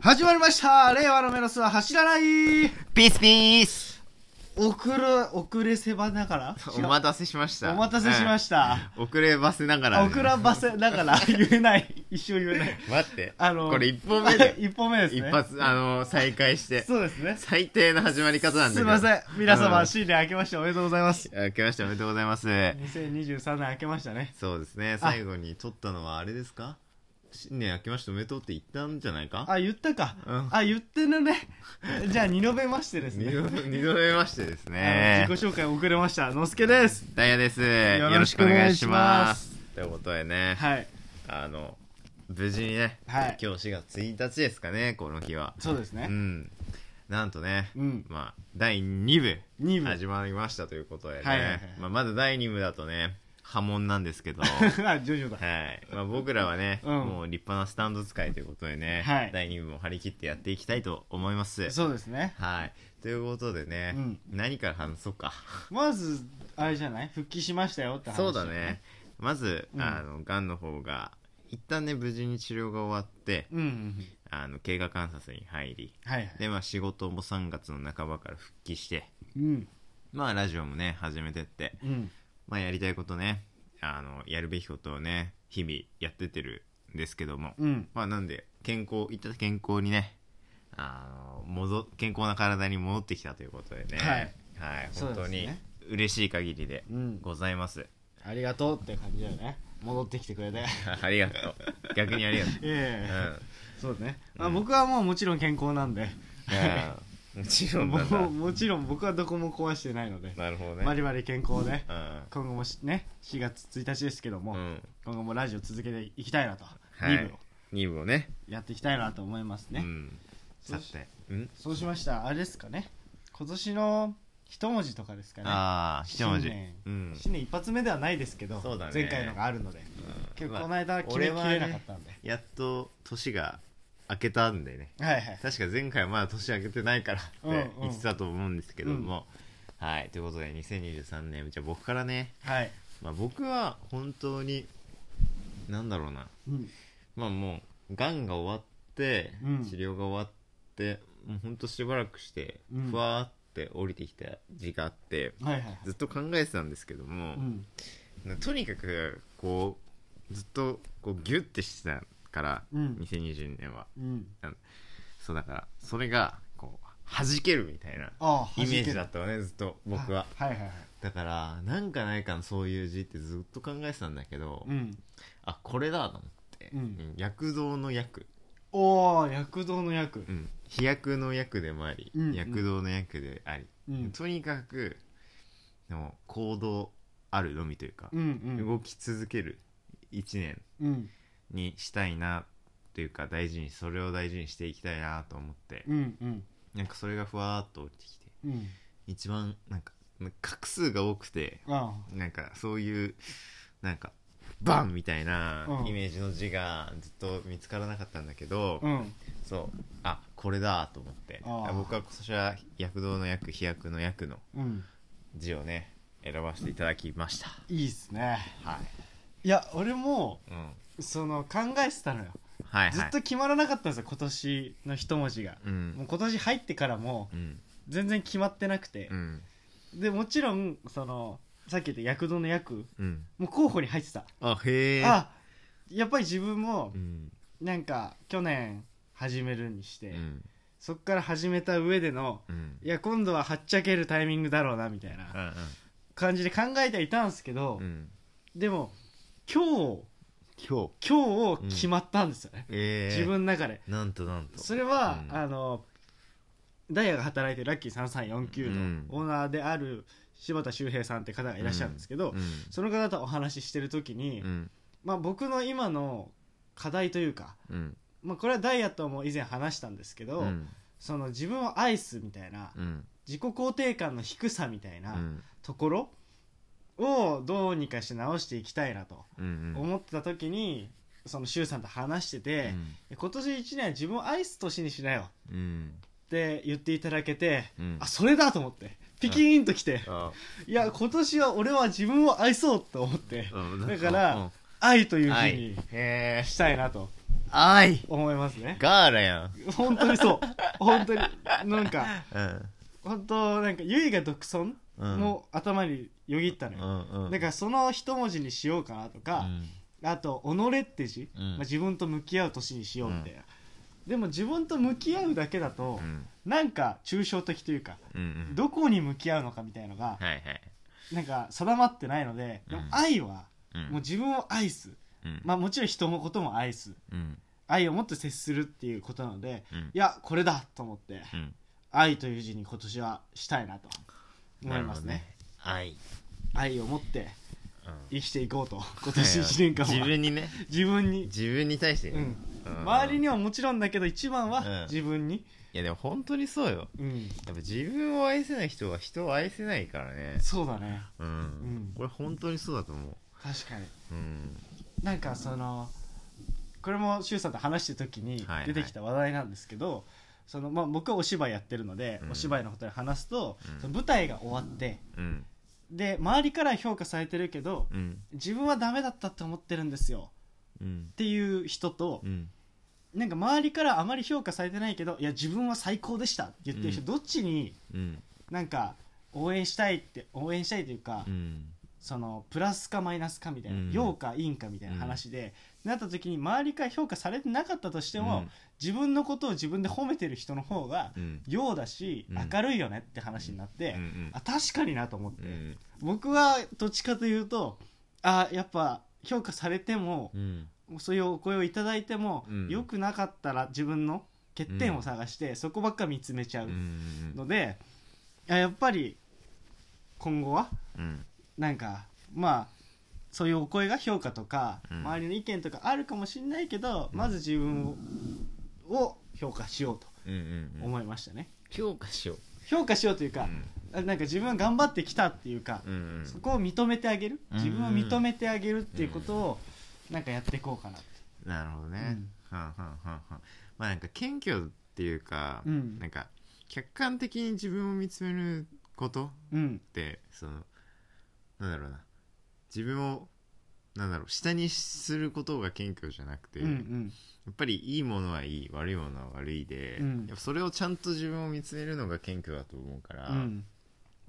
始まりました令和のメロスは走らないピースピース遅る、遅れせばながらお待たせしましたお待たせしまし、た。うん遅ればせながら、遅らばせながら 言えない。一生言えない。待ってあのこれ一本目で 一本目ですね。一発あの再開してそうですね。最低の始まり方なんだすけいどません。皆様、うん新年明けましておめでとうございます。あ明けましておめでとうございます2023年明けましたね。そうですね最後に撮ったのはあれですか新年明けましておめでとうって言ったんじゃないかあ、言ったか。うんあ、言ってるね。じゃあ、二度目ましてです二ね。度二度目ましてですあねの自己紹介遅れました。のすけです。ダイヤですよよろろししくくおお願願いいししまますすということでねはい。あの無事にね、はい今日4月1日ですかねこの日はそうですねう。んなんとね、うんまあ第2部二部始まりましたということでね、はいはいはいまあ、まだ第2部だとね波紋なんで すけどはい、あ、ジョジョだ。まあ、僕らはね、うんもう立派なスタンド使いということでね、はい第2部も張り切ってやっていきたいと思いますそうですね。はいということでね、うん何から話そうかまず、あれじゃない復帰しましたよって話。そうだね。まず、うんあのがんの方が一旦ね無事に治療が終わって、うんうんうん。あの経過観察に入りはいはい。で、まあ、仕事も3月の半ばから復帰してうん。まあラジオもね始めてって、うん。まあ、やりたいことねあのやるべきことをね日々やってってるんですけども、うん。まあなんで健康いった健康にねあの戻健康な体に戻ってきたということでねはい、はいそう本です当にね嬉しい限りでうん。ございます、 ありがとうって感じだよね。戻ってきてくれて。ありがとう逆にありがとうええうそうだね。まあうん僕はもうもちろん健康なんで。んいやもちろんもなんだうもちろん僕はどこも壊してないので。なるほどねバリバリ健康で。うん今後もしね、4月1日ですけども、うん今後もラジオ続けていきたいなと。はい2部を2部をねやっていきたいなと思いますね。うんそさうしてうんそうしましたらあれですかね。今年の一文字とかですかね。ああ一文字新年うん新年一発目ではないですけど、そうだね前回のがあるので。結構この間決めき俺はねれなかったんで。やっと年が明けたんでねはいはい。確か前回まだ年明けてないからっうんてうん言ってたと思うんですけども、はいということで2023年じゃあ僕からね、はい。まあ、僕は本当になんだろうなうん。まあもうがんが終わって、うん治療が終わってもうほんとしばらくしてうんふわーって降りてきた時があって、はいはい。ずっと考えてたんですけども、うん。なとにかくこうずっとこうギュッてしてたから、うん2020年はうん。そうだからそれがこう弾けるみたいなああ、イメージだ弾ったわねずっとける僕ははいはいはい。だからなんかないかのそういう字ってずっと考えてたんだけど、うん。あこれだと思って、うんん躍動の躍、おー、躍動の躍う。ん飛躍の躍でもあり、うん躍動の躍であり、うん。とにかくでも行動あるのみというかう、ん動き続ける1年うん。うん。にしたいなというか大事にそれを大事にしていきたいなと思って、うんうん。なんかそれがふわーっと降りてきてうん。一番なんか画数が多くてあなんかそういうなんかバンみたいなうんイメージの字がずっと見つからなかったんだけど、あ。うん。そうあこれだと思ってあーあ僕は今年は躍動の躍飛躍の躍のうん。字をね選ばせていただきましたいいっすね。はい、いや、俺も、うん、その、考えてたのよ。はいはいずっと決まらなかったんですよ、今年の一文字が。うもうん今年入ってからも、うん全然決まってなくてう。んで、もちろん、その、さっき言った躍動の躍、うんもう候補に入ってた。あへえあ、やっぱり自分もう、んなんか、去年、始めるにして、うんそっから始めた上でのうんいや今度ははっちゃけるタイミングだろうなみたいな感じで考えてはいたんですけど、うんうんでも今今日日今日決まったんですよね、ええ自分の中でなんとなんとそれは、うんあのダイヤが働いてるラッキーう3349んのオーナーである柴田修平さんって方がいらっしゃるんですけど、うんその方とお話ししてる時に、うんまあ、僕の今の課題というか、うんまあ、これはダイヤとも以前話したんですけど、うんその自分を愛すみたいな、うん自己肯定感の低さみたいうな、んところをどうにかして直していきたいなとうん思ってた時に、その周さんと話してて、今年1年は自分を愛す年にしなようんって言っていただけて、うんあそれだと思ってピキーンときて、あいや今年は俺は自分を愛そうと思って、うんだから愛というはふういにへえしたいなとあい思いますねガーラやん本当にそう本当になんかうん本当なんかゆいが独尊うんも頭によぎったのうよ、んうんだからその一文字にしようかなとか、あと「己」って字、うんまあ、自分と向き合う年にしようみたいな、でも自分と向き合うだけだとう、んなんか抽象的というかうんうんどこに向き合うのかみたいのが、はいはいなんか定まってないのででもうん愛はうんもう自分を愛す、うんまあ、もちろん人のことも愛すうん愛をもって接するっていうことなのでうんいやこれだと思ってうん愛という字に今年はしたいなと思いますねなるほどはい愛を持ってうん生きていこうと今年1年間は自自分分にねに、自分に対してねうん、うん周りにはもちろんだけど一番うんは自分に、いやでも本当にそうようん、やっぱ自分を愛せない人は人を愛せないからねそうだねうん、んこれ本当にそうだと思う確かにうんなんかそのこれも周さんと話してる時にはいはい出てきた話題なんですけど、そのまあ、僕はお芝居やってるので、うんお芝居のことで話すと、うんその舞台が終わってうんで周りからは評価されてるけどうん自分はダメだったって思ってるんですようんっていう人とう、んなんか周りからあまり評価されてないけどいや自分は最高でしたって言ってる人、うんどっちにうんなんか応援したいって応援したいというか、うんそのプラスかマイナスかみたいな、うん陽か陰かみたいな話で、なった時に周りから評価されてなかったとしても、自分のことを自分で褒めてる人の方がうん陽だし、うん明るいよねって話になって、うんあ確かになと思って、うん僕はどっちかというとあやっぱ評価されても、うんそういうお声をいただいても、うん良くなかったら自分の欠点を探して、そこばっか見つめちゃううんので、あやっぱり今後はうんなんかまあそういうお声が評価とか、うん周りの意見とかあるかもしれないけど、うんまず自分を,、を評価しようとうんうんうん思いましたね、強化しよ評価しようといううか、あなんか自分は頑張ってきたっていうか、うんうんそこを認めてあげるうん自分を認めてあげるっていうことを、なんかやっていこうかなってなるほどねはんはんはんはんまあなんか謙虚っていうかうんなんか客観的に自分を見つめることうんってそのなんだろうな自分をなんだろう下にすることが謙虚じゃなくて、うんうやんっぱりいいものはいい悪いものは悪いで、うんやっぱそれをちゃんと自分を見つめるのが謙虚だと思うから、うん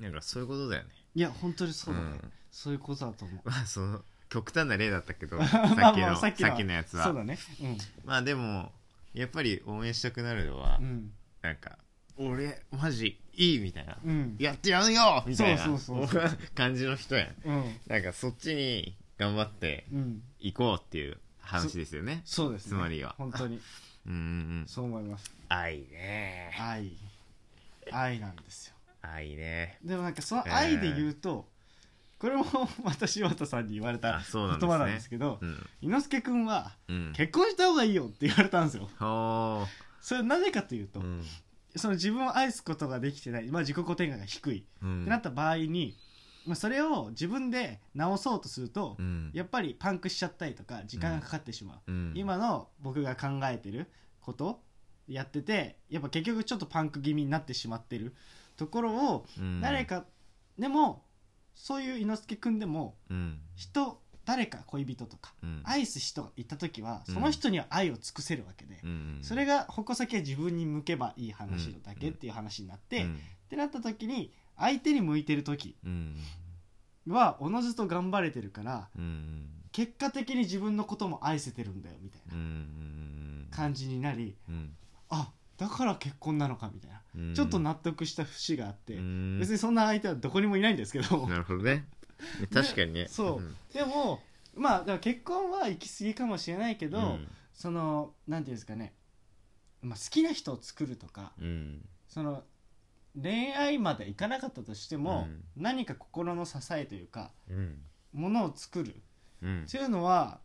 なんかそういうことだよね。いや本当にそうだね、ん そういうことだと思うまあその極端な例だったけど さまあっきの,、まあささっっききののやつそうはだねまあでもやっぱり応援したくなるのは、うんうんなんか「俺マジいい」みたいな「うんやってやるよ!」みたいなそうそうそう 感じの人やんうんなんかそっちに頑張ってうん行こうっていう話ですよね。そうです、ね、つまりは本当にうんうんうん。そう思います愛ね。愛愛なんですよ愛ね。でもなんかその愛で言うと、これもまた柴田さんに言われたあそ言うなんですね葉なんですけどうん。猪之助君はうん。結婚した方がいいよって言われたんですよほそれはなぜかというと、ーうん。その自分を愛すことができてない、まあ、自己肯定感が低い、うん。うん。ってなった場合に、まあ、それを自分で直そうとすると、うん。やっぱりパンクしちゃったりとか時間がかかってしまう、うん。今の僕が考えてることやっててやっぱ結局ちょっとパンク気味になってしまってるところをうん誰。か、でもそういう猪之助君でもうん。人誰か恋人とかうん。愛す人がいた時はうんその人には愛を尽くせるわけで、うん。それが矛先は自分に向けばいい話だけっていう話になって、うっんてなった時に相手に向いてる時うん。はおのずと頑張れてるからうん。うん。結果的に自分のことも愛せてるんだよみたいうん。う。なん感じになり、うん。あだから結婚なのかみたいな、うんちょっと納得した節があって、うん別にそんな相手はどこにもいないんですけど なるほどね。確かにね。そう、 でもまあだから結婚は行き過ぎかもしれないけけど、そのなんていうんですかね、まあ、好きな人を作るとかうん。その恋愛までいかなかったとしても、う何か心の支えというかうん。ものを作るうんそういうのは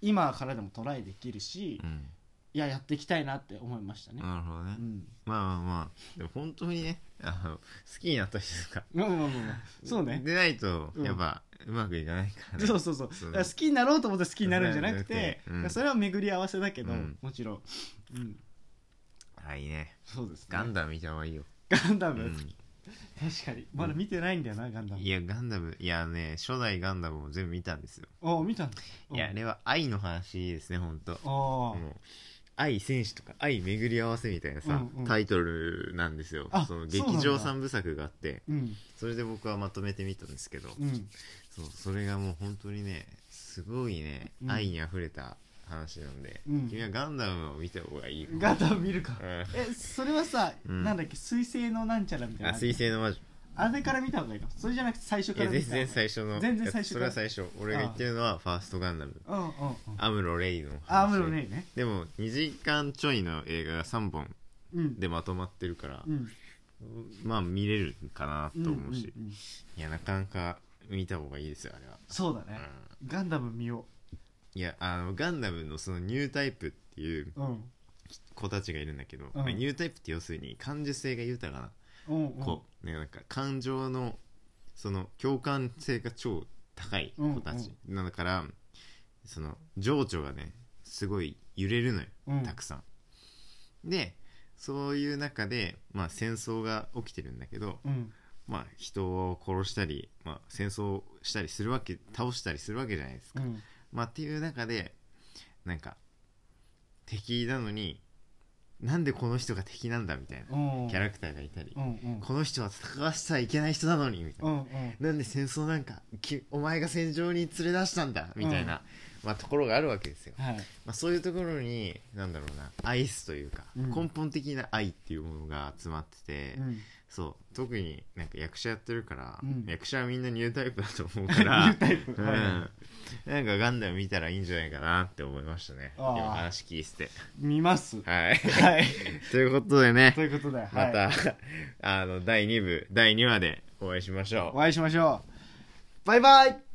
今からでもトライできるし、うん。いややっていきたいなって思いましたね。なるほどねう。んまあまあまあ。でも本当にね、あの、好きになった人とか、まあまあまあまあそうねでないとうんやっぱうまくいかないからねそうそうそうそうだから好きになろうと思って好きになるんじゃなくなるてん、じゃなくてうんそれは巡り合わせだけど、うんもちろん、うん、はいねそうですねガンダム見た方がいいよガンダうム、ん確かにまだ見てないんだよなガンダムいやガンダムいやね初代ガンダムも全部見たんですよお見たんだいやあれは愛の話ですね本当あもう愛戦士とか愛巡り合わせみたいなさ、うんうんタイトルなんですよあそのそうなん劇だ場三部作があってうんそれで僕はまとめてみたんですけど、うんそうそれがもう本当にねすごいね、うん愛にあふれた話なんで、うん君はガンダムを見た方がいいガンダム見るかうんえそれはさ、うんなんだっけ水星のなんちゃらみたいあな水星の魔女あれから見た方がいいのそれじゃなくて最初いかやら見全た然最初の全然最初そかれらは最初俺が言ってるのはファーストガンダムうんうんうんアムロ・レイの話あアムロねねでも2時間ちょいの映画が3本うんでまとまってるからう、んまあ見れるかなと思うし、んんんいやなかなか見た方がいいですよあれは、そうだね、ガンダム見ようんいやあのガンダムのそのニュータイプっていうう、うん、子たちがいるんだけど、うんニュータイプって要するに感受性が豊かうんうんな子、ね、なんか感情のその共感性が超高い子たち、なだからその情緒がねすごい揺れるのようんたくさん、でそういう中で、まあ、戦争が起きてるんだけど、うんまあ、人を殺したり、まあ、戦争をしたりするわけ倒したりするわけじゃないですうか、んまあ、っていう中でなんか敵なのになんでこの人が敵なんだみたいなうんキャラクターがいたり、うんうんこの人は戦わせちゃいけない人なのにみたいうんな、うんなんで戦争なんかきお前が戦場に連れ出したんだみたいな、まあ、ところがあるわけですよ、はいまあ、そういうところになんだろうなアイスというか、うん根本的な愛っていうものが集まってて、うんそう特になんか役者やってるから、うん役者はみんなニュータイプだと思うか ニュらータイプうん、はなんかガンダム見たらいいんじゃないかなって思いましたねあー今話聞いてて見ますはいはい ということでねということで、はい、また、あの第2部第2話でお会いしましょうお会いしましょうバイバイ